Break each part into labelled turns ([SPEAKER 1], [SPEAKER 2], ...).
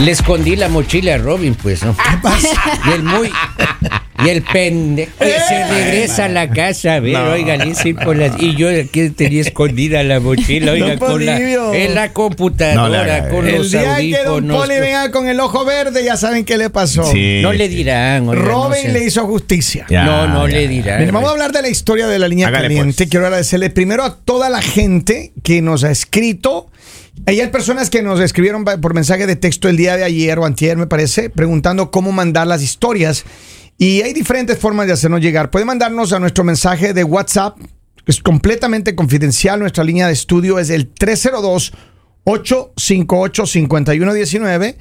[SPEAKER 1] Le escondí la mochila a Robin, pues, ¿no?
[SPEAKER 2] ¿Qué pasa?
[SPEAKER 1] Y el muy. Y el pendejo se regresa a la casa a ver,
[SPEAKER 2] No.
[SPEAKER 1] oiga, le hice ir por las. Y yo aquí tenía escondida la mochila, oiga,
[SPEAKER 2] Don
[SPEAKER 1] con la,
[SPEAKER 2] Polibio.
[SPEAKER 1] en la
[SPEAKER 3] No le
[SPEAKER 1] computadora,
[SPEAKER 3] haga,
[SPEAKER 1] con
[SPEAKER 2] El
[SPEAKER 1] los
[SPEAKER 2] día que Don
[SPEAKER 1] audífonos.
[SPEAKER 2] Poli venga con el ojo verde, ya saben qué le pasó.
[SPEAKER 3] Sí,
[SPEAKER 1] no le
[SPEAKER 3] sí.
[SPEAKER 1] dirán, oiga, no
[SPEAKER 2] Robin
[SPEAKER 1] sé.
[SPEAKER 2] le hizo justicia.
[SPEAKER 3] Ya,
[SPEAKER 1] no, no
[SPEAKER 3] ya,
[SPEAKER 1] le
[SPEAKER 3] ya.
[SPEAKER 1] dirán.
[SPEAKER 2] Miren, vamos a hablar de la historia de la línea
[SPEAKER 3] Hágale,
[SPEAKER 2] caliente.
[SPEAKER 3] pues.
[SPEAKER 2] Quiero agradecerle primero a toda la gente que nos ha escrito. Ahí hay personas que nos escribieron pa- por mensaje de texto el día de ayer o antier, me parece, preguntando cómo mandar las historias. Y hay diferentes formas de hacernos llegar. Puede mandarnos a nuestro mensaje de WhatsApp. Es completamente confidencial. Nuestra línea de estudio es el 302 858 5119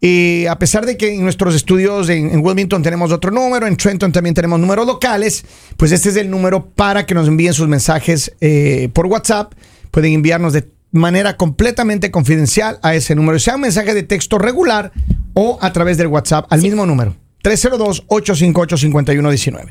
[SPEAKER 2] y Eh, a pesar de que en nuestros estudios en, en Wilmington tenemos otro número, en Trenton también tenemos números locales, pues este es el número para que nos envíen sus mensajes eh, por WhatsApp. Pueden enviarnos de manera completamente confidencial a ese número, sea un mensaje de texto regular o a través del WhatsApp al mismo número. 302-858-5119.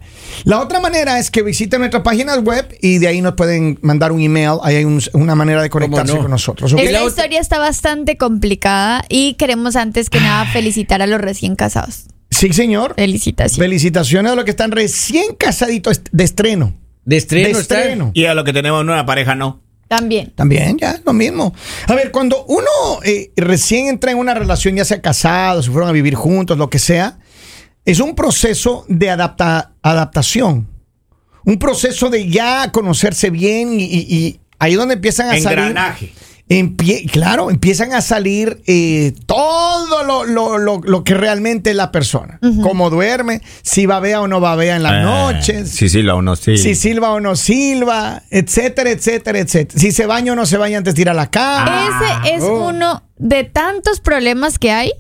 [SPEAKER 2] La otra manera es que visiten nuestras páginas web y de ahí nos pueden mandar un email. Ahí hay un- una manera de conectarse
[SPEAKER 1] no?
[SPEAKER 2] con nosotros. ¿ok?
[SPEAKER 1] Y la
[SPEAKER 4] Esta
[SPEAKER 1] otra-
[SPEAKER 4] historia está bastante complicada y queremos antes que
[SPEAKER 2] Ah.
[SPEAKER 4] nada felicitar a los recién casados.
[SPEAKER 2] Sí, señor.
[SPEAKER 4] Felicitaciones.
[SPEAKER 2] Felicitaciones a los que están recién casaditos est- de estreno.
[SPEAKER 1] De estreno,
[SPEAKER 2] de
[SPEAKER 1] está-
[SPEAKER 2] estreno.
[SPEAKER 3] Y a lo que tenemos nueva pareja, no.
[SPEAKER 4] También.
[SPEAKER 2] También, ya, lo mismo. A ver, cuando uno eh, recién entra en una relación, ya sea casado, se fueron a vivir juntos, lo que sea, es un proceso de adapta- adaptación. Un proceso de ya conocerse bien y, y- y ahí es donde empiezan
[SPEAKER 3] Ah,
[SPEAKER 2] a salir.
[SPEAKER 3] Engranaje.
[SPEAKER 2] Empie- claro, empiezan a salir eh, todo lo, lo- lo- lo que realmente es la persona. Cómo duerme, si babea o no babea en las
[SPEAKER 3] Ah,
[SPEAKER 2] noches.
[SPEAKER 3] Sí, sí, la uno sí.
[SPEAKER 2] si silba o no silba, etcétera, etcétera, etcétera. Si se baña o no se baña antes de ir a la
[SPEAKER 4] Ah,
[SPEAKER 2] cama.
[SPEAKER 4] Ese es
[SPEAKER 2] oh.
[SPEAKER 4] uno de tantos problemas que hay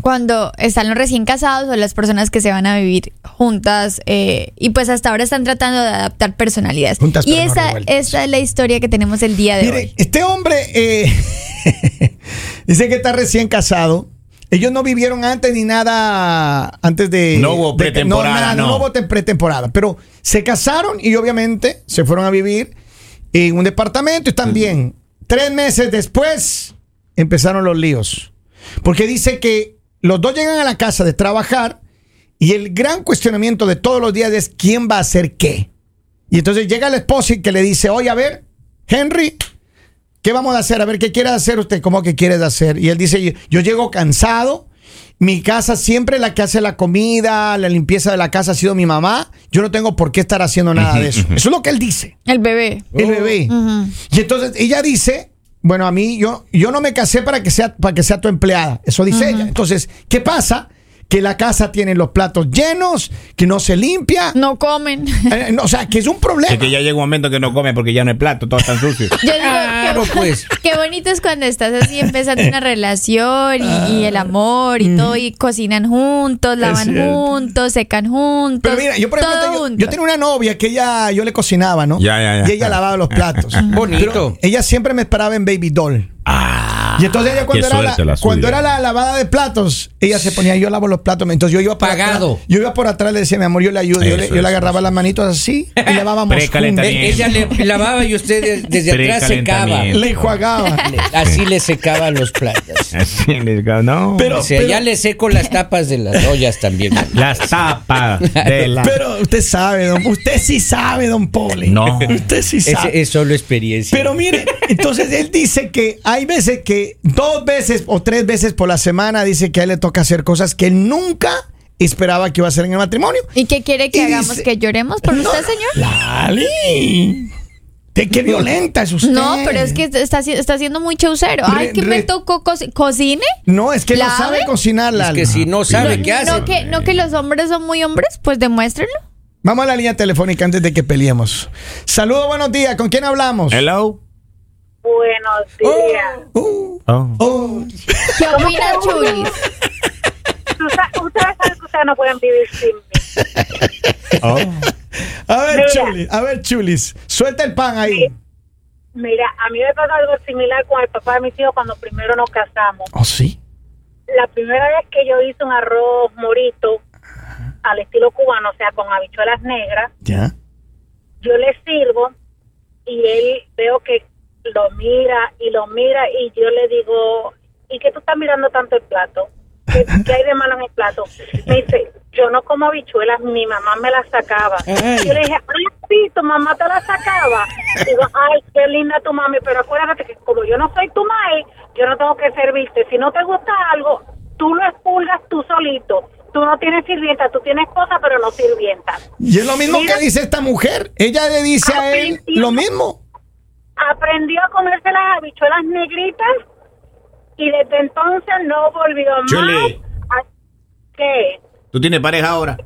[SPEAKER 4] cuando están los recién casados o las personas que se van a vivir juntas eh, y pues hasta ahora están tratando de adaptar personalidades.
[SPEAKER 2] Juntas,
[SPEAKER 4] y
[SPEAKER 2] pero no
[SPEAKER 4] esa,
[SPEAKER 2] revueltas.
[SPEAKER 4] esa es la historia que tenemos el día de
[SPEAKER 2] Mire,
[SPEAKER 4] hoy.
[SPEAKER 2] este hombre eh, dice que está recién casado. Ellos no vivieron antes ni nada antes de.
[SPEAKER 3] No hubo
[SPEAKER 2] de-
[SPEAKER 3] pretemporada,
[SPEAKER 2] nada, no.
[SPEAKER 3] no.
[SPEAKER 2] hubo tem- pretemporada. Pero se casaron y obviamente se fueron a vivir en un departamento y están bien. Tres meses después empezaron los líos. Porque dice que los dos llegan a la casa de trabajar y el gran cuestionamiento de todos los días es quién va a hacer qué. Y entonces llega la esposa y que le dice, oye, a ver, Henry, ¿qué vamos a hacer? A ver, ¿qué quiere hacer usted? ¿Cómo que quieres hacer? Y él dice, yo, yo llego cansado, mi casa siempre la que hace la comida, la limpieza de la casa ha sido mi mamá, yo no tengo por qué estar haciendo nada de eso. Eso es lo que él dice,
[SPEAKER 4] El bebé.
[SPEAKER 2] el bebé.
[SPEAKER 4] Ujú.
[SPEAKER 2] Y entonces ella dice, bueno, a mí yo, yo no me casé para que sea para que sea tu empleada. Eso dice ella. Entonces, ¿qué pasa? Que la casa tiene los platos llenos, que no se limpia.
[SPEAKER 4] No comen.
[SPEAKER 2] Eh, no, o sea, que es un problema.
[SPEAKER 3] Es que ya llega un momento que no come porque ya no hay plato, todo está sucio.
[SPEAKER 4] Yo digo,
[SPEAKER 2] Ah,
[SPEAKER 1] Claro,
[SPEAKER 4] qué,
[SPEAKER 1] pues.
[SPEAKER 4] qué bonito es cuando estás así empezando una relación y, y
[SPEAKER 2] Ah.
[SPEAKER 4] el amor y todo, y cocinan juntos, lavan juntos, secan juntos.
[SPEAKER 2] Pero mira, yo por ejemplo,
[SPEAKER 4] todo
[SPEAKER 2] tengo- yo,
[SPEAKER 4] junto.
[SPEAKER 2] tenía una novia que ella, yo le cocinaba, ¿no?
[SPEAKER 3] Ya, ya, Ah. ya.
[SPEAKER 2] Y ella lavaba los platos.
[SPEAKER 1] Bonito.
[SPEAKER 2] Pero ella siempre me esperaba en Baby Doll.
[SPEAKER 3] Ah,
[SPEAKER 2] Y entonces ella cuando,
[SPEAKER 3] qué
[SPEAKER 2] era la,
[SPEAKER 3] suerte la suya.
[SPEAKER 2] cuando era la lavada de platos, ella se ponía, yo lavo los platos. Entonces yo iba por
[SPEAKER 1] Pagado.
[SPEAKER 2] atrás. Yo iba por atrás, le decía, mi amor, yo le ayudo. Yo le,
[SPEAKER 3] Eso,
[SPEAKER 2] yo le
[SPEAKER 3] eso,
[SPEAKER 2] agarraba las manitos así y lavábamos.
[SPEAKER 3] Precalentamiento.
[SPEAKER 2] juntos.
[SPEAKER 1] Ve, E-, Ella le lavaba y usted de- desde atrás secaba.
[SPEAKER 3] Precalentamiento.
[SPEAKER 2] Le enjuagaba.
[SPEAKER 1] Le- Así le secaba los platos.
[SPEAKER 3] Así le digo, no.
[SPEAKER 2] Pero-
[SPEAKER 1] o sea, ya le seco las tapas de las ollas también.
[SPEAKER 3] Las tapas de la.
[SPEAKER 2] Pero usted sabe, don, usted sí sabe, don Poli.
[SPEAKER 3] No.
[SPEAKER 2] Usted sí
[SPEAKER 1] Es,
[SPEAKER 2] sabe.
[SPEAKER 1] es solo experiencia.
[SPEAKER 2] Pero mire, entonces él dice que hay veces que dos veces o tres veces por la semana dice que a él le toca hacer cosas que él nunca esperaba que iba a hacer en el matrimonio.
[SPEAKER 4] ¿Y qué quiere que
[SPEAKER 2] Y
[SPEAKER 4] hagamos?
[SPEAKER 2] dice-
[SPEAKER 4] ¿Que lloremos por
[SPEAKER 2] No,
[SPEAKER 4] usted, señor?
[SPEAKER 2] ¡Lali! ¡Qué, qué violenta es usted!
[SPEAKER 4] No, pero es que está, si- está siendo muy chaucero. Ay,
[SPEAKER 2] Re-
[SPEAKER 4] que me
[SPEAKER 2] re-
[SPEAKER 4] tocó co- cocine.
[SPEAKER 2] No, es que no
[SPEAKER 4] ¿Lave?
[SPEAKER 2] sabe cocinar,
[SPEAKER 1] es
[SPEAKER 2] Lali.
[SPEAKER 1] que si no sabe qué hace.
[SPEAKER 4] No que, no que los hombres son muy hombres, pues demuéstrenlo.
[SPEAKER 2] Vamos a la línea telefónica antes de que peleemos. Saludos, buenos días. ¿Con quién hablamos?
[SPEAKER 3] Hello.
[SPEAKER 5] Buenos días.
[SPEAKER 2] Uh,
[SPEAKER 3] Oh.
[SPEAKER 2] uh.
[SPEAKER 4] ¿Qué opinas, Chulis?
[SPEAKER 5] Tú sa- ustedes saben que ustedes no pueden vivir sin mí.
[SPEAKER 3] Oh.
[SPEAKER 2] A ver,
[SPEAKER 5] Mira.
[SPEAKER 2] Chulis, a ver, Chulis, suelta el pan ahí.
[SPEAKER 5] Mira, a mí me pasó algo similar con el papá de mis hijos cuando primero nos casamos.
[SPEAKER 2] ¿Oh, sí?
[SPEAKER 5] La primera vez que yo hice un arroz morito al estilo cubano, o sea, con habichuelas negras,
[SPEAKER 2] ¿Ya?
[SPEAKER 5] yo le sirvo y él veo que lo mira y lo mira y yo le digo, ¿y qué tú estás mirando tanto el plato? ¿Qué, qué hay de malo en el plato? Me dice, yo no como habichuelas, mi mamá me las sacaba. Yo le dije, ay, sí, tu mamá te las sacaba. Digo, ay, qué linda tu mami, pero acuérdate que como yo no soy tu mami, yo no tengo que servirte. Si no te gusta algo, tú lo expulgas tú solito. Tú no tienes sirvienta, tú tienes cosas, pero no sirvientas.
[SPEAKER 2] Y es lo mismo
[SPEAKER 5] Mira.
[SPEAKER 2] que dice esta mujer. Ella le dice a él lo mismo.
[SPEAKER 5] aprendió a comerse las habichuelas negritas y desde entonces no volvió más.
[SPEAKER 3] Chuli.
[SPEAKER 5] a- ¿Qué?
[SPEAKER 3] ¿Tú tienes pareja ahora?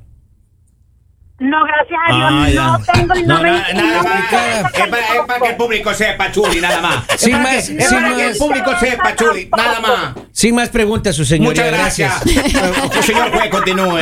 [SPEAKER 5] No, gracias a Dios,
[SPEAKER 3] Ah, ya.
[SPEAKER 5] no tengo y no,
[SPEAKER 3] No,
[SPEAKER 5] me
[SPEAKER 3] na- nada
[SPEAKER 5] no me
[SPEAKER 3] más.
[SPEAKER 5] interesa
[SPEAKER 3] Es para, es para que el público sepa, Chuli, nada más. Es
[SPEAKER 1] Sin
[SPEAKER 3] para
[SPEAKER 1] más,
[SPEAKER 3] que-
[SPEAKER 1] sin
[SPEAKER 3] es para que el
[SPEAKER 1] más.
[SPEAKER 3] público sepa, Chuli, nada más.
[SPEAKER 1] Sin más preguntas, su señoría.
[SPEAKER 3] Muchas gracias. Eh, Señor juez, continúe.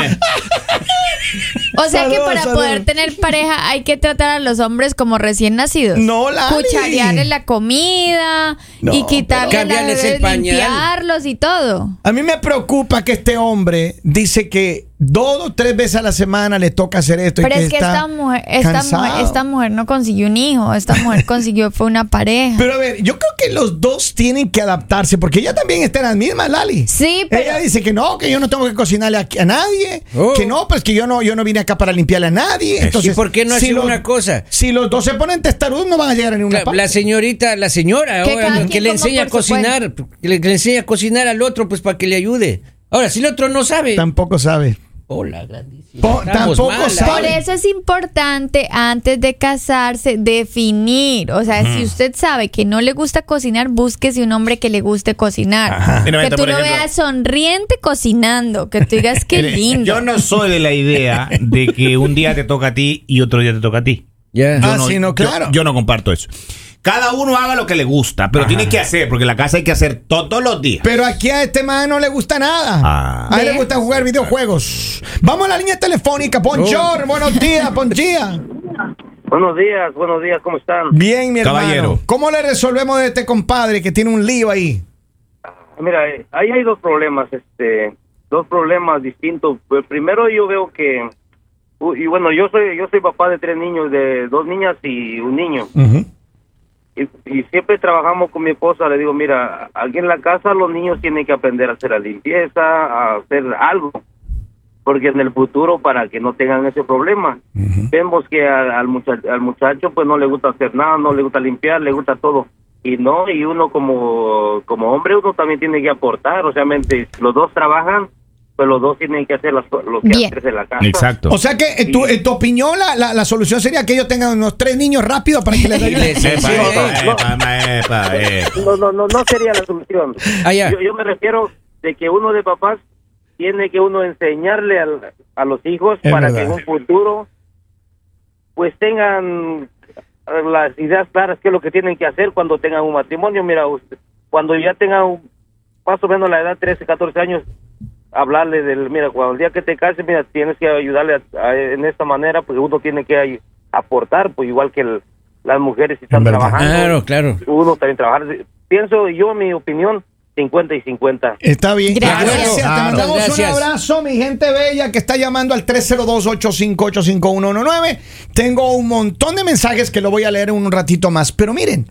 [SPEAKER 4] O sea que
[SPEAKER 2] Saludos,
[SPEAKER 4] para
[SPEAKER 2] saludos.
[SPEAKER 4] poder tener pareja hay que tratar a los hombres como recién nacidos.
[SPEAKER 2] No, Lali.
[SPEAKER 4] Cucharearle la comida
[SPEAKER 2] No,
[SPEAKER 4] y quitarle la
[SPEAKER 1] Cambiarles el pañal.
[SPEAKER 4] limpiarlos y todo.
[SPEAKER 2] A mí me preocupa que este hombre dice que dos o tres veces a la semana le toca hacer esto. y
[SPEAKER 4] Pero es que
[SPEAKER 2] está
[SPEAKER 4] esta mujer, esta mujer,
[SPEAKER 2] cansado.
[SPEAKER 4] esta mujer no consiguió un hijo, esta mujer consiguió fue una pareja.
[SPEAKER 2] Pero a ver, yo creo que los dos tienen que adaptarse, porque ella también está en las mismas, Lali.
[SPEAKER 4] Sí, pero-
[SPEAKER 2] Ella dice que no, que yo no tengo que cocinarle a, a nadie,
[SPEAKER 1] Oh.
[SPEAKER 2] que no, pues que yo no, yo no vine acá para limpiarle a nadie. Entonces,
[SPEAKER 1] ¿Y por qué no hacer
[SPEAKER 2] los-
[SPEAKER 1] una cosa?
[SPEAKER 2] Si los dos se ponen testarudos, no van a llegar a ninguna
[SPEAKER 1] La,
[SPEAKER 2] parte.
[SPEAKER 1] la señorita, la señora,
[SPEAKER 4] Que
[SPEAKER 1] ahora,
[SPEAKER 4] cada
[SPEAKER 1] que
[SPEAKER 4] quien
[SPEAKER 1] le
[SPEAKER 4] coma
[SPEAKER 1] enseña a
[SPEAKER 4] por su
[SPEAKER 1] cocinar, que le, que le enseña a cocinar al otro, pues para que le ayude. Ahora, si el otro no sabe.
[SPEAKER 2] Tampoco sabe.
[SPEAKER 1] Hola, grandísima.
[SPEAKER 2] Po-
[SPEAKER 1] Estamos
[SPEAKER 2] tampoco
[SPEAKER 1] mal,
[SPEAKER 2] sabe.
[SPEAKER 4] Por eso es importante antes de casarse definir, o sea, si usted sabe que no le gusta cocinar, búsquese un hombre que le guste cocinar,
[SPEAKER 3] Mira,
[SPEAKER 4] que
[SPEAKER 3] vente,
[SPEAKER 4] tú
[SPEAKER 3] por
[SPEAKER 4] lo
[SPEAKER 3] ejemplo.
[SPEAKER 4] veas sonriente cocinando, que tú digas qué
[SPEAKER 3] Mire,
[SPEAKER 4] lindo.
[SPEAKER 3] Yo no soy de la idea de que un día te toca a ti y otro día te toca a ti.
[SPEAKER 1] Ya.
[SPEAKER 2] Ah, sí, no,
[SPEAKER 3] yo-
[SPEAKER 2] claro.
[SPEAKER 3] Yo, no comparto eso. Cada uno haga lo que le gusta, pero tiene que hacer, porque en la casa hay que hacer todos los días.
[SPEAKER 2] Pero aquí a este man no le gusta nada.
[SPEAKER 3] Ah.
[SPEAKER 2] A él le
[SPEAKER 4] ¿Ve?
[SPEAKER 2] gusta jugar videojuegos. Vamos a la línea telefónica, Ponchor. Buenos días, Ponchía.
[SPEAKER 6] Buenos días, buenos días, ¿cómo están?
[SPEAKER 2] Bien, mi hermano.
[SPEAKER 3] Caballero.
[SPEAKER 2] ¿Cómo le resolvemos de este compadre que tiene un lío ahí?
[SPEAKER 6] Mira, eh, ahí hay dos problemas, este, dos problemas distintos. Pues, primero yo veo que, u- y bueno, yo soy, yo soy papá de tres niños, de dos niñas y un niño. Y, y siempre trabajamos con mi esposa, le digo, mira, aquí en la casa los niños tienen que aprender a hacer la limpieza, a hacer algo, porque en el futuro para que no tengan ese problema. Vemos que al, al, mucha- al muchacho pues no le gusta hacer nada, no le gusta limpiar, le gusta todo. Y no, y uno como, como hombre, uno también tiene que aportar, o sea, mente, los dos trabajan, pues los dos tienen que hacer las, co- los que
[SPEAKER 4] Bien.
[SPEAKER 6] hacer en la casa.
[SPEAKER 3] Exacto.
[SPEAKER 2] O sea que en tu, en tu opinión la, la- la solución sería que ellos tengan unos tres niños rápido para que les
[SPEAKER 1] Y le-
[SPEAKER 2] den
[SPEAKER 3] Epa,
[SPEAKER 1] Sí,
[SPEAKER 3] epa,
[SPEAKER 6] no.
[SPEAKER 3] epa, ma- epa, epa.
[SPEAKER 6] No, no, no, no sería la solución.
[SPEAKER 1] Ah, ya.
[SPEAKER 6] Yo, yo me refiero de que uno de papás tiene que uno enseñarle al- a los hijos
[SPEAKER 2] Es
[SPEAKER 6] para
[SPEAKER 2] verdad.
[SPEAKER 6] que en un futuro pues tengan las ideas claras qué es lo que tienen que hacer cuando tengan un matrimonio. Mira, usted, cuando ya tengan un- más o menos la edad 13, 14 años, hablarle del, mira, cuando el día que te cases, mira, tienes que ayudarle a- a- en esta manera, porque uno tiene que ay- aportar, pues igual que el- las mujeres si están
[SPEAKER 2] verdad.
[SPEAKER 1] Claro,
[SPEAKER 6] trabajando
[SPEAKER 1] claro.
[SPEAKER 6] uno también trabajar. Pienso yo, mi opinión, 50 y 50.
[SPEAKER 2] Está bien.
[SPEAKER 4] Gracias.
[SPEAKER 2] Te
[SPEAKER 1] Claro.
[SPEAKER 2] mandamos
[SPEAKER 1] Gracias.
[SPEAKER 2] un abrazo, mi gente bella que está llamando al 302-858-5119. Tengo un montón de mensajes que lo voy a leer en un ratito más. Pero miren,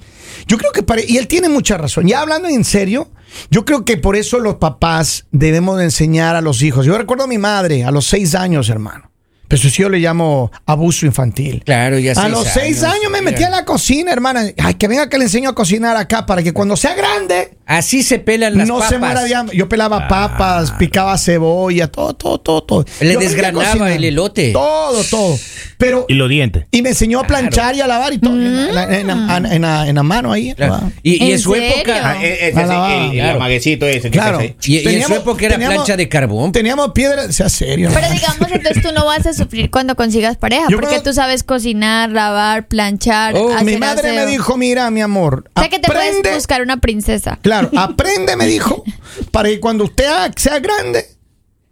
[SPEAKER 2] yo creo que pare- y él tiene mucha razón. Ya hablando en serio, yo creo que por eso los papás debemos de enseñar a los hijos. Yo recuerdo a mi madre a los seis años, hermano. Pero eso sí yo le llamo abuso infantil.
[SPEAKER 1] Claro, ya
[SPEAKER 2] A los seis años me metí a la cocina, hermana. Ay, que venga que le enseño a cocinar acá para que cuando sea grande
[SPEAKER 1] Así se pelan las
[SPEAKER 2] no
[SPEAKER 1] papas. Ah.
[SPEAKER 2] se muera de hambre. Yo pelaba papas, picaba cebolla, todo, todo, todo,
[SPEAKER 1] Le
[SPEAKER 2] todo. Yo aprendí a
[SPEAKER 1] desgranaba
[SPEAKER 2] cocinar.
[SPEAKER 1] el elote.
[SPEAKER 2] Todo, todo. Pero,
[SPEAKER 3] Y los dientes.
[SPEAKER 2] y me enseñó a planchar y a lavar y todo. En, la,
[SPEAKER 4] Mm.
[SPEAKER 2] en la- en la- en la- en la mano ahí.
[SPEAKER 1] Claro.
[SPEAKER 2] ¿verdad?
[SPEAKER 1] Y, y en,
[SPEAKER 4] ¿En
[SPEAKER 1] su
[SPEAKER 4] serio?
[SPEAKER 1] época.
[SPEAKER 3] Ah, e- ese
[SPEAKER 2] Ah,
[SPEAKER 3] sí,
[SPEAKER 2] la-
[SPEAKER 3] el- el
[SPEAKER 1] claro.
[SPEAKER 3] amaguecito ese. que
[SPEAKER 2] Claro.
[SPEAKER 3] se hace.
[SPEAKER 1] Y- y en su época era
[SPEAKER 2] teníamos-
[SPEAKER 1] plancha de carbón.
[SPEAKER 2] Teníamos piedra. Sea serio.
[SPEAKER 4] Pero digamos entonces tú no vas a sufrir cuando consigas pareja,
[SPEAKER 2] Yo
[SPEAKER 4] porque
[SPEAKER 2] creo-
[SPEAKER 4] tú sabes cocinar, lavar, planchar,
[SPEAKER 1] Oh,
[SPEAKER 4] hacer
[SPEAKER 2] Mi madre
[SPEAKER 4] aseo.
[SPEAKER 2] me dijo, mira, mi amor.
[SPEAKER 4] o sea que te
[SPEAKER 2] aprende-
[SPEAKER 4] puedes buscar una princesa.
[SPEAKER 2] Claro, aprende, me dijo, para que cuando usted ha- sea grande,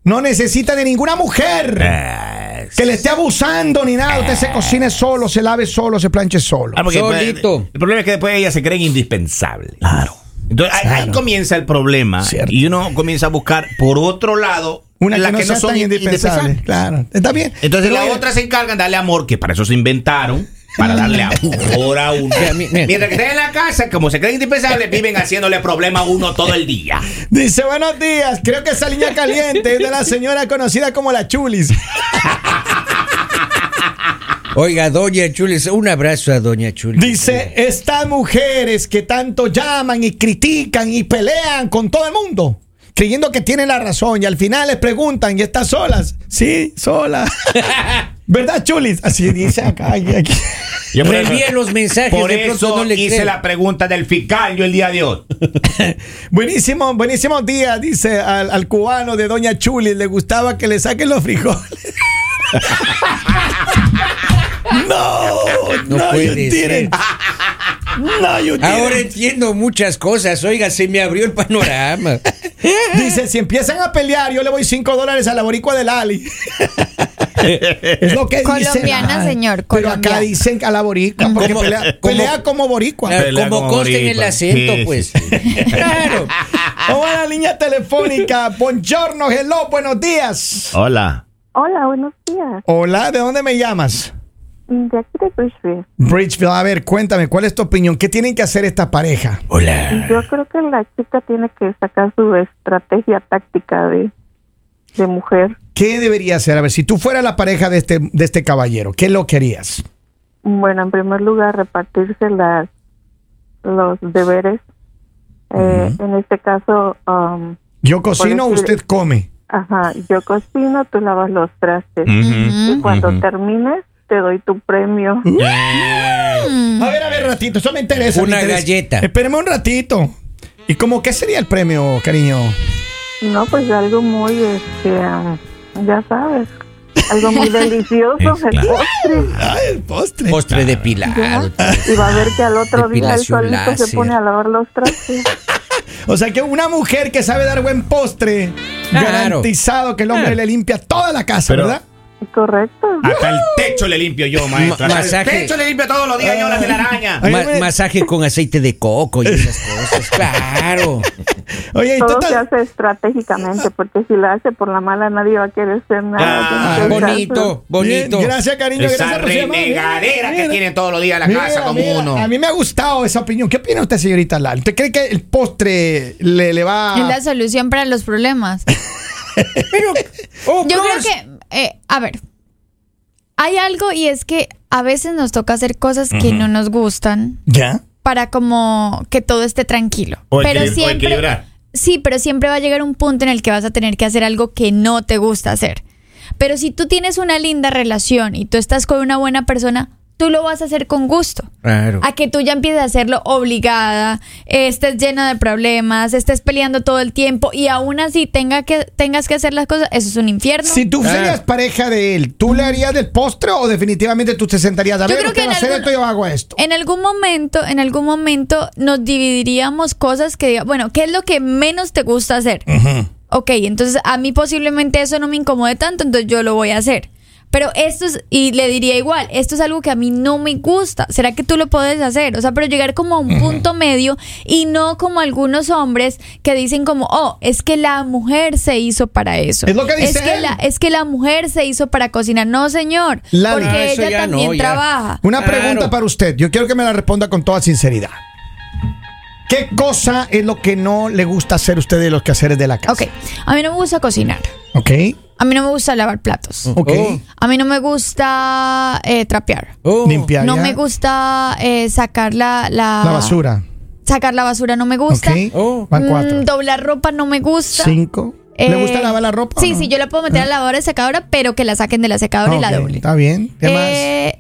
[SPEAKER 2] no necesita de ninguna mujer.
[SPEAKER 3] Ah,
[SPEAKER 2] Que le esté abusando ni nada. Usted se cocine solo, se lave solo, se planche solo.
[SPEAKER 3] Ah, porque después-
[SPEAKER 1] Solito.
[SPEAKER 3] el problema es que después ellas se creen indispensables.
[SPEAKER 2] Ah, Claro.
[SPEAKER 3] Entonces ahí- ahí comienza el problema
[SPEAKER 2] Cierto.
[SPEAKER 3] y uno comienza a buscar por otro lado
[SPEAKER 2] Una
[SPEAKER 3] las
[SPEAKER 2] que no, sea tan indispensable. Claro. Está bien.
[SPEAKER 3] Entonces
[SPEAKER 2] Pero
[SPEAKER 3] las
[SPEAKER 2] mira,
[SPEAKER 3] otras se encargan de darle amor, que para eso se inventaron. para darle amor a uno.
[SPEAKER 1] Sí, a mí- mira.
[SPEAKER 3] Mientras que estén en la casa, como se creen indispensables, viven haciéndole problema a uno todo el día.
[SPEAKER 2] Dice, buenos días. Creo que esa línea caliente es de la señora conocida como la Chulis.
[SPEAKER 1] Oiga, doña Chulis, un abrazo a doña Chulis.
[SPEAKER 2] Dice, estas mujeres que tanto llaman y critican y pelean con todo el mundo, creyendo que tienen la razón y al final les preguntan, ¿y estás solas? Sí, sola. ¿Verdad, Chulis? Así dice acá. aquí, aquí.
[SPEAKER 3] Yo por
[SPEAKER 1] Reenvíe
[SPEAKER 3] eso-
[SPEAKER 1] los mensajes,
[SPEAKER 3] Por
[SPEAKER 1] de pronto
[SPEAKER 3] eso
[SPEAKER 1] no le
[SPEAKER 3] hice
[SPEAKER 1] creen.
[SPEAKER 3] la pregunta del fiscal yo el día de hoy.
[SPEAKER 2] Buenísimo, buenísimo día, dice al, al cubano de Doña Chulis, le gustaba que le saquen los frijoles. no,
[SPEAKER 1] No
[SPEAKER 2] no, you
[SPEAKER 1] puede
[SPEAKER 2] didn't. No, you didn't.
[SPEAKER 1] Ahora entiendo muchas cosas. Oiga, se me abrió el panorama. Ah,
[SPEAKER 2] Dice, si empiezan a pelear, yo le voy 5 dólares a la boricua del Ali. es lo que dicen.
[SPEAKER 4] Colombiana,
[SPEAKER 2] Ay,
[SPEAKER 4] señor,
[SPEAKER 2] Pero
[SPEAKER 4] colombiana.
[SPEAKER 2] acá dicen a la boricua, porque
[SPEAKER 1] ¿Cómo-
[SPEAKER 2] pelea,
[SPEAKER 1] cómo-
[SPEAKER 2] pelea como boricua.
[SPEAKER 1] Ah,
[SPEAKER 3] Pelea
[SPEAKER 1] Como
[SPEAKER 3] como
[SPEAKER 1] consta en el
[SPEAKER 3] gripa.
[SPEAKER 1] acento,
[SPEAKER 3] Sí, sí,
[SPEAKER 1] pues.
[SPEAKER 3] sí.
[SPEAKER 1] Claro.
[SPEAKER 2] Vamos a la línea telefónica. Buongiorno, hello, buenos días.
[SPEAKER 3] Hola.
[SPEAKER 7] Hola, buenos días.
[SPEAKER 2] Hola, ¿de dónde me llamas?
[SPEAKER 7] De aquí de Grishfield.
[SPEAKER 2] Bridgeville, a ver, cuéntame, ¿cuál es tu opinión? ¿Qué tienen que hacer esta pareja?
[SPEAKER 1] Hola.
[SPEAKER 7] Yo creo que la chica tiene que sacar su estrategia táctica de, de mujer.
[SPEAKER 2] ¿Qué debería hacer? A ver, si tú fueras la pareja de este, de este caballero, ¿qué lo querías?
[SPEAKER 7] Bueno, en primer lugar, repartirse las, los deberes. Eh, En este caso, um,
[SPEAKER 2] Yo cocino,
[SPEAKER 7] decir-
[SPEAKER 2] usted come.
[SPEAKER 7] ajá, yo cocino, tú lavas los trastes.
[SPEAKER 3] Mm,
[SPEAKER 7] Y cuando termines, te doy tu premio.
[SPEAKER 2] A ver, a ver, ratito, eso me interesa.
[SPEAKER 1] Mm. Una
[SPEAKER 2] me interesa.
[SPEAKER 1] galleta.
[SPEAKER 2] Espérame un ratito. ¿Y cómo qué sería el premio, cariño?
[SPEAKER 7] No, pues algo muy, este, um, ya sabes, algo muy delicioso. el
[SPEAKER 3] claro.
[SPEAKER 7] postre.
[SPEAKER 2] Ay, el postre.
[SPEAKER 1] Postre de pilar. pues.
[SPEAKER 7] Y va a ver que al otro día el
[SPEAKER 1] Depilación
[SPEAKER 7] solito
[SPEAKER 1] láser.
[SPEAKER 7] se pone a lavar los trastes.
[SPEAKER 2] O sea que una mujer que sabe dar buen postre,
[SPEAKER 1] Claro. Ah.
[SPEAKER 2] garantizado que el hombre le limpia toda la casa,
[SPEAKER 3] Pero-
[SPEAKER 2] ¿verdad?
[SPEAKER 7] Correcto.
[SPEAKER 3] Hasta el techo le limpio yo, maestro.
[SPEAKER 1] Ma-
[SPEAKER 3] Hasta el
[SPEAKER 1] masaje.
[SPEAKER 3] techo le limpio todos los días yo la telaraña.
[SPEAKER 2] Ah. Ay,
[SPEAKER 1] Ma-
[SPEAKER 2] hombre.
[SPEAKER 1] masaje con aceite de coco y esas cosas. Claro.
[SPEAKER 2] Oye, y tú
[SPEAKER 7] Todo se
[SPEAKER 2] estás-
[SPEAKER 7] hace estratégicamente, porque si la hace por la mala nadie va a querer hacer
[SPEAKER 3] Ah,
[SPEAKER 7] nada. Tiene que usar
[SPEAKER 1] Bonito, bonito.
[SPEAKER 2] Bien, gracias, cariño.
[SPEAKER 3] Esa
[SPEAKER 2] gracias por llamar.
[SPEAKER 3] renegadera
[SPEAKER 2] Mira,
[SPEAKER 3] que tienen todos los días en la
[SPEAKER 2] mira,
[SPEAKER 3] casa como
[SPEAKER 2] mira,
[SPEAKER 3] uno.
[SPEAKER 2] A mí me ha gustado esa opinión. ¿Qué opina usted, señorita Lal? ¿Usted cree que el postre le, le va
[SPEAKER 4] Es la solución para los problemas.
[SPEAKER 1] Pero, oh,
[SPEAKER 4] Yo creo
[SPEAKER 1] Dios.
[SPEAKER 4] que, eh, a ver, hay algo y es que a veces nos toca hacer cosas que no nos gustan
[SPEAKER 2] ¿Ya?
[SPEAKER 4] para como que todo esté tranquilo.
[SPEAKER 3] O
[SPEAKER 4] pero
[SPEAKER 3] equili- o
[SPEAKER 4] siempre,
[SPEAKER 3] equilibrar.
[SPEAKER 4] sí, pero siempre va a llegar un punto en el que vas a tener que hacer algo que no te gusta hacer. Pero si tú tienes una linda relación y tú estás con una buena persona, tú lo vas a hacer con gusto.
[SPEAKER 1] Claro.
[SPEAKER 4] A que tú ya empieces a hacerlo obligada, eh, estés llena de problemas, estés peleando todo el tiempo y aún así tenga que, tengas que hacer las cosas, eso es un infierno.
[SPEAKER 2] Si tú
[SPEAKER 1] Claro.
[SPEAKER 2] serías pareja de él, ¿tú le harías del postre o definitivamente tú te sentarías a
[SPEAKER 4] Yo
[SPEAKER 2] ver,
[SPEAKER 4] creo
[SPEAKER 2] usted
[SPEAKER 4] que
[SPEAKER 2] va a
[SPEAKER 4] en
[SPEAKER 2] hacer
[SPEAKER 4] algún-
[SPEAKER 2] esto, yo hago esto?
[SPEAKER 4] En algún momento, en algún momento nos dividiríamos cosas que diga, bueno, ¿qué es lo que menos te gusta hacer? Ok, entonces a mí posiblemente eso no me incomode tanto, entonces yo lo voy a hacer. Pero esto es, y le diría igual, esto es algo que a mí no me gusta. ¿Será que tú lo puedes hacer? O sea, pero llegar como a un punto medio y no como algunos hombres que dicen como, oh, es que la mujer se hizo para eso.
[SPEAKER 2] Es lo que dice
[SPEAKER 4] que
[SPEAKER 2] él.
[SPEAKER 4] la- es que la mujer se hizo para cocinar. No, señor.
[SPEAKER 2] La-
[SPEAKER 4] porque
[SPEAKER 1] No, Ah, eso
[SPEAKER 4] ella
[SPEAKER 1] ya no,
[SPEAKER 4] también
[SPEAKER 1] ya.
[SPEAKER 4] trabaja.
[SPEAKER 2] Una
[SPEAKER 1] Claro.
[SPEAKER 2] pregunta para usted. Yo quiero que me la responda con toda sinceridad. ¿Qué cosa es lo que no le gusta hacer usted de los quehaceres de la casa?
[SPEAKER 4] Ok, a mí no me gusta cocinar.
[SPEAKER 2] Ok.
[SPEAKER 4] A mí no me gusta lavar platos.
[SPEAKER 2] Ok.
[SPEAKER 1] Oh.
[SPEAKER 4] A mí no me gusta eh, trapear.
[SPEAKER 1] Oh.
[SPEAKER 2] Limpiar.
[SPEAKER 4] No
[SPEAKER 2] ya.
[SPEAKER 4] me gusta eh, sacar la, la...
[SPEAKER 2] La basura.
[SPEAKER 4] Sacar la basura no me
[SPEAKER 2] Ok.
[SPEAKER 4] gusta.
[SPEAKER 1] Oh.
[SPEAKER 2] Van
[SPEAKER 4] Mm,
[SPEAKER 2] cuatro.
[SPEAKER 4] doblar ropa no me gusta.
[SPEAKER 2] Cinco.
[SPEAKER 4] Eh,
[SPEAKER 2] ¿Le gusta lavar la ropa? o
[SPEAKER 4] Sí,
[SPEAKER 2] no?
[SPEAKER 4] sí, yo la puedo meter a la lavadora y secadora, pero que la saquen de la
[SPEAKER 2] Ah,
[SPEAKER 4] secadora y la
[SPEAKER 2] ok,
[SPEAKER 4] doble.
[SPEAKER 2] Está bien. ¿Qué
[SPEAKER 4] Eh,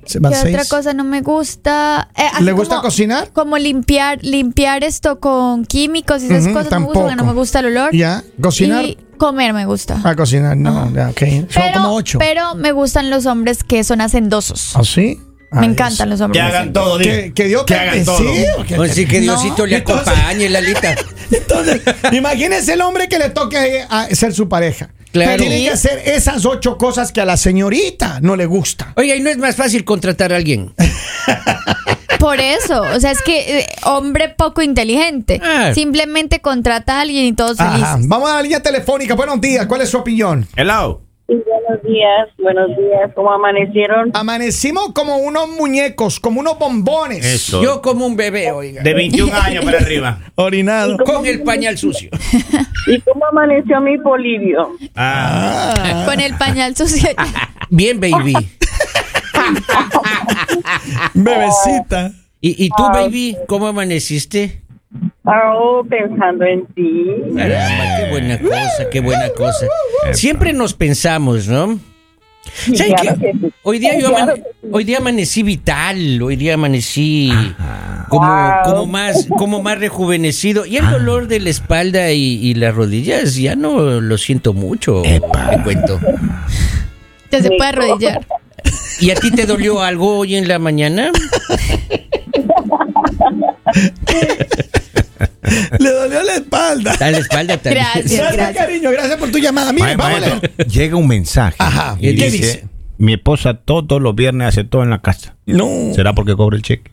[SPEAKER 2] más? Se van
[SPEAKER 4] ¿qué otra
[SPEAKER 2] seis.
[SPEAKER 4] cosa no me gusta? Eh, así
[SPEAKER 2] ¿Le gusta
[SPEAKER 4] como-
[SPEAKER 2] cocinar?
[SPEAKER 4] Como limpiar, limpiar esto con químicos y esas
[SPEAKER 2] Ujú,
[SPEAKER 4] cosas no me gusta porque no
[SPEAKER 2] tampoco.
[SPEAKER 4] me gusta el olor.
[SPEAKER 2] Ya. ¿Cocinar?
[SPEAKER 4] Y comer me gusta.
[SPEAKER 2] A cocinar, no. ya, ok. Son
[SPEAKER 4] Pero,
[SPEAKER 2] como ocho.
[SPEAKER 4] pero me gustan los hombres que son hacendosos.
[SPEAKER 2] ¿Ah, sí?
[SPEAKER 4] me
[SPEAKER 2] Ay,
[SPEAKER 4] encantan los
[SPEAKER 3] Que
[SPEAKER 4] hombres.
[SPEAKER 3] hagan
[SPEAKER 4] hacendosos.
[SPEAKER 3] todo,
[SPEAKER 2] Que,
[SPEAKER 3] digo.
[SPEAKER 2] que Dios
[SPEAKER 3] Que
[SPEAKER 2] te-
[SPEAKER 3] hagan todo.
[SPEAKER 2] sí, que-
[SPEAKER 1] Así que Diosito le
[SPEAKER 2] Entonces-
[SPEAKER 1] acompañe, Lalita.
[SPEAKER 2] Entonces, imagínese el hombre que le toque a ser su pareja.
[SPEAKER 1] Claro.
[SPEAKER 2] Tiene que hacer esas ocho cosas que a la señorita no le gusta.
[SPEAKER 1] Oiga, ¿y no es más fácil contratar a alguien?
[SPEAKER 4] Por eso, o sea, es que eh, hombre poco inteligente.
[SPEAKER 1] Ah.
[SPEAKER 2] Eh.
[SPEAKER 4] Simplemente contrata a alguien y todos
[SPEAKER 2] Ajá.
[SPEAKER 4] felices.
[SPEAKER 2] Vamos a la línea telefónica. Buenos días. ¿Cuál es su opinión?
[SPEAKER 3] Hello.
[SPEAKER 5] Sí, buenos días, buenos días. ¿Cómo amanecieron?
[SPEAKER 2] Amanecimos como unos muñecos, como unos bombones.
[SPEAKER 3] Eso.
[SPEAKER 1] Yo como un bebé, oiga.
[SPEAKER 3] De 21 años para arriba.
[SPEAKER 2] Orinado.
[SPEAKER 1] Con el pañal sucio.
[SPEAKER 5] ¿Y cómo amaneció mi Polivio?
[SPEAKER 3] Ah.
[SPEAKER 4] Con el pañal sucio.
[SPEAKER 1] Bien, baby.
[SPEAKER 2] Bebecita.
[SPEAKER 1] ¿Y, y
[SPEAKER 5] Ah.
[SPEAKER 1] tú, baby, cómo amaneciste?
[SPEAKER 5] Oh, pensando en ti.
[SPEAKER 1] Caramba, qué buena cosa, qué buena cosa. Siempre nos pensamos, ¿no? ¿Saben
[SPEAKER 5] claro
[SPEAKER 1] qué?
[SPEAKER 5] que sí.
[SPEAKER 1] Hoy día yo
[SPEAKER 5] Claro
[SPEAKER 1] amane-
[SPEAKER 5] que sí.
[SPEAKER 1] hoy día amanecí vital, hoy día amanecí como,
[SPEAKER 5] Wow.
[SPEAKER 1] como más como más rejuvenecido
[SPEAKER 5] Ah.
[SPEAKER 1] y el dolor de la espalda y, y las rodillas ya no lo siento mucho. Te cuento.
[SPEAKER 4] Ya se puede arrodillar.
[SPEAKER 1] ¿Y a ti te dolió algo hoy en la mañana?
[SPEAKER 2] Le dolió la espalda.
[SPEAKER 1] A Ah, la espalda también.
[SPEAKER 4] Gracias,
[SPEAKER 2] Gracias,
[SPEAKER 4] gracias.
[SPEAKER 2] cariño. Gracias por tu llamada. Mire, vámonos.
[SPEAKER 3] Maestro, Llega un mensaje.
[SPEAKER 2] Ajá.
[SPEAKER 3] Y
[SPEAKER 1] ¿Qué
[SPEAKER 3] dice,
[SPEAKER 2] dice?
[SPEAKER 3] Mi esposa todos los viernes hace todo en la casa.
[SPEAKER 2] No.
[SPEAKER 3] ¿Será porque cobra el cheque?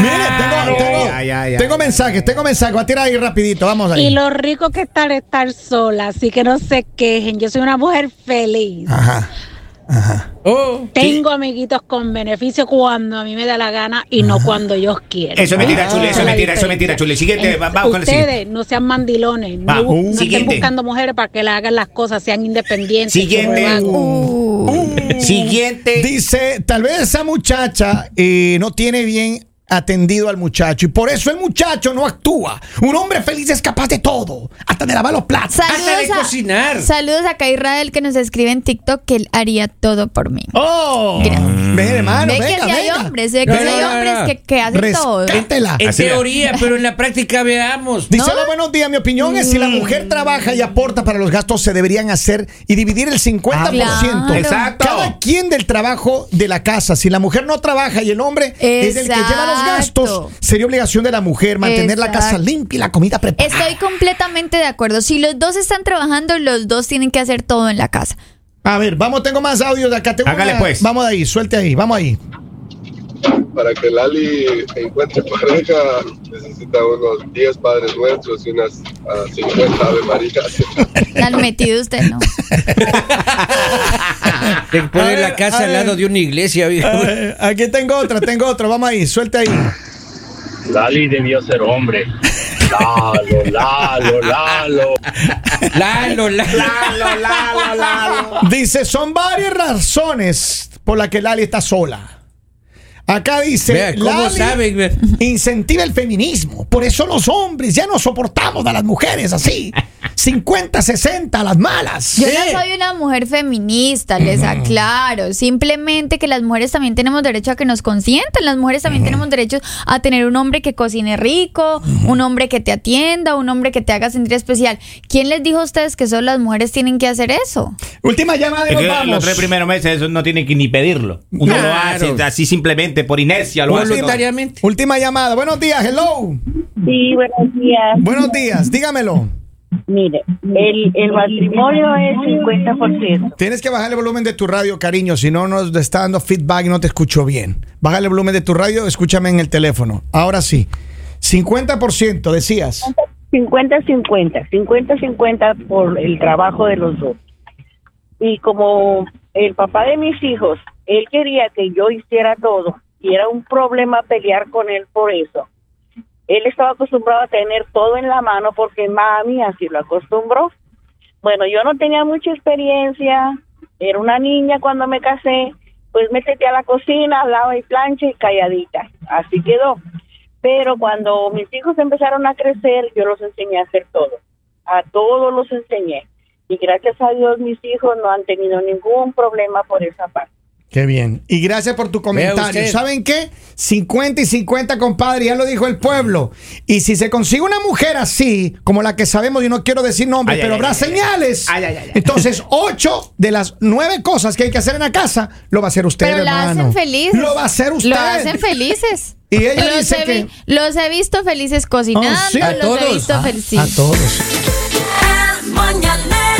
[SPEAKER 2] Mire, tengo, tengo,
[SPEAKER 3] ay, ay, ay.
[SPEAKER 2] tengo mensajes, tengo mensajes. Voy a tirar ahí rapidito. Vamos
[SPEAKER 7] Y
[SPEAKER 2] ahí.
[SPEAKER 7] lo rico que es estar, estar sola, así que no se quejen. Yo soy una mujer feliz.
[SPEAKER 3] Ah,
[SPEAKER 2] Ajá.
[SPEAKER 1] Oh,
[SPEAKER 7] Tengo amiguitos con beneficio cuando a mí me da la gana y no cuando yo quiero.
[SPEAKER 3] Eso es mentira, chule.
[SPEAKER 2] Ah.
[SPEAKER 3] Eso es
[SPEAKER 7] La
[SPEAKER 3] mentira, eso es mentira,
[SPEAKER 7] diferencia.
[SPEAKER 3] chule. Siguiente,
[SPEAKER 7] Eh,
[SPEAKER 3] va- vamos con el siguiente.
[SPEAKER 7] Ustedes no sean mandilones.
[SPEAKER 3] Va,
[SPEAKER 7] no no
[SPEAKER 3] uh,
[SPEAKER 7] estén
[SPEAKER 3] siguiente.
[SPEAKER 7] buscando mujeres para que le hagan las cosas, sean independientes.
[SPEAKER 3] Siguiente.
[SPEAKER 7] como
[SPEAKER 2] Uh.
[SPEAKER 7] vago.
[SPEAKER 4] Uh.
[SPEAKER 3] Siguiente.
[SPEAKER 2] Dice, tal vez esa muchacha eh, no tiene bien atendido al muchacho y por eso el muchacho no actúa. Un hombre feliz es capaz de todo, hasta de lavar los platos.
[SPEAKER 1] Hasta de
[SPEAKER 4] Saludos a,
[SPEAKER 1] cocinar.
[SPEAKER 4] saludos acá a Israel que nos escribe en TikTok que él haría todo por mí.
[SPEAKER 2] ¡Oh! Ven, hermano,
[SPEAKER 4] ve
[SPEAKER 2] venga,
[SPEAKER 4] que si hay
[SPEAKER 2] venga.
[SPEAKER 4] hombres, ve que
[SPEAKER 1] No,
[SPEAKER 4] si
[SPEAKER 1] no,
[SPEAKER 4] hay
[SPEAKER 1] no,
[SPEAKER 4] hombres
[SPEAKER 1] no.
[SPEAKER 4] que, que hacen todo.
[SPEAKER 2] Rescátela.
[SPEAKER 1] en
[SPEAKER 3] Así era.
[SPEAKER 1] teoría, pero en la práctica veamos.
[SPEAKER 2] Dice, "Hola, buenos días, mi opinión es si
[SPEAKER 4] Mm.
[SPEAKER 2] la mujer trabaja y aporta para los gastos, se deberían hacer y dividir el 50%.
[SPEAKER 4] Ah, Claro.
[SPEAKER 3] Exacto.
[SPEAKER 2] Cada quien del trabajo de la casa. Si la mujer no trabaja y el hombre es el que lleva los gastos,
[SPEAKER 4] Exacto.
[SPEAKER 2] sería obligación de la mujer mantener la casa
[SPEAKER 4] Exacto.
[SPEAKER 2] limpia y la comida preparada.
[SPEAKER 4] Estoy completamente de acuerdo. Si los dos están trabajando, los dos tienen que hacer todo en la casa.
[SPEAKER 2] A ver, vamos, tengo más audios de acá. Tengo
[SPEAKER 3] Hágale,
[SPEAKER 2] una-
[SPEAKER 3] pues.
[SPEAKER 2] Vamos de ahí, suelte ahí, vamos ahí.
[SPEAKER 8] para que Lali encuentre pareja necesita unos 10 padres nuestros y unas ah, 50 ave marías.
[SPEAKER 4] La han metido usted, ¿no?
[SPEAKER 1] Te
[SPEAKER 2] A
[SPEAKER 1] pone
[SPEAKER 2] ver,
[SPEAKER 1] Ah, la casa
[SPEAKER 2] a
[SPEAKER 1] al lado
[SPEAKER 2] ver.
[SPEAKER 1] de una iglesia, viejo.
[SPEAKER 2] Eh, aquí tengo otra, tengo otra, vamos ahí, suelte ahí.
[SPEAKER 9] Lali debió ser hombre. Lalo, Lalo, Lalo.
[SPEAKER 1] Lalo, Lalo.
[SPEAKER 3] Lalo, Lalo, Lalo.
[SPEAKER 2] Dice, son varias razones por las que Lali está sola. Acá dice,
[SPEAKER 1] Vea, ¿cómo
[SPEAKER 2] Lali
[SPEAKER 1] saben? ve?
[SPEAKER 2] incentiva el feminismo. Por eso los hombres ya no soportamos a las mujeres así. 50, 60, a las malas.
[SPEAKER 4] Yo no soy una mujer feminista, les aclaro. Simplemente que las mujeres también tenemos derecho a que nos consientan. Las mujeres también tenemos derecho a tener un hombre que cocine rico, un hombre que te atienda, un hombre que te haga sentir especial. ¿Quién les dijo a ustedes que solo las mujeres tienen que hacer eso?
[SPEAKER 2] Última llamada y
[SPEAKER 3] Es
[SPEAKER 2] nos
[SPEAKER 3] que los
[SPEAKER 2] vamos.
[SPEAKER 3] tres primeros meses eso no tiene que ni pedirlo. Uno
[SPEAKER 1] Claro.
[SPEAKER 3] lo hace así simplemente por inercia. Lo hace todo.
[SPEAKER 1] Voluntariamente.
[SPEAKER 2] Última llamada. Buenos días, hello.
[SPEAKER 5] Sí, buenos días.
[SPEAKER 2] Buenos días, dígamelo.
[SPEAKER 5] Mire, el, el matrimonio es 50%.
[SPEAKER 2] Tienes que bajar el volumen de tu radio, cariño. Si no, nos está dando feedback y no te escucho bien. Bájale el volumen de tu radio, escúchame en el teléfono. Ahora sí. 50% decías.
[SPEAKER 5] 50-50, 50-50 por el trabajo de los dos. Y como el papá de mis hijos, él quería que yo hiciera todo y era un problema pelear con él por eso. Él estaba acostumbrado a tener todo en la mano porque mami así lo acostumbró. Bueno, yo no tenía mucha experiencia, era una niña cuando me casé, pues métete a la cocina, lava y plancha y calladita. Así quedó. Pero cuando mis hijos empezaron a crecer, yo los enseñé a hacer todo. A todos los enseñé. Y gracias a Dios mis hijos no han tenido ningún problema por esa parte.
[SPEAKER 2] Qué bien. Y gracias por tu comentario.
[SPEAKER 1] usted.
[SPEAKER 2] ¿Saben qué? 50 y 50, compadre, ya lo dijo el pueblo. Y si se consigue una mujer así, como la que sabemos, yo no quiero decir nombre,
[SPEAKER 3] Ay,
[SPEAKER 2] pero
[SPEAKER 3] ay,
[SPEAKER 2] habrá
[SPEAKER 3] ay, ay,
[SPEAKER 2] señales.
[SPEAKER 3] ay. Ay, ay, ay, ay.
[SPEAKER 2] Entonces, 8 de las 9 cosas que hay que hacer en la casa, lo va a hacer usted,
[SPEAKER 4] Pero la
[SPEAKER 2] hermano.
[SPEAKER 4] hacen felices.
[SPEAKER 2] Lo va a hacer usted.
[SPEAKER 4] Lo hacen felices.
[SPEAKER 2] Y ella
[SPEAKER 4] los,
[SPEAKER 2] dice
[SPEAKER 4] he,
[SPEAKER 2] que-
[SPEAKER 4] vi- los he visto felices cocinando,
[SPEAKER 2] Oh, sí.
[SPEAKER 1] A
[SPEAKER 4] los
[SPEAKER 1] todos.
[SPEAKER 4] he visto felices.
[SPEAKER 2] A todos.
[SPEAKER 10] El mañanero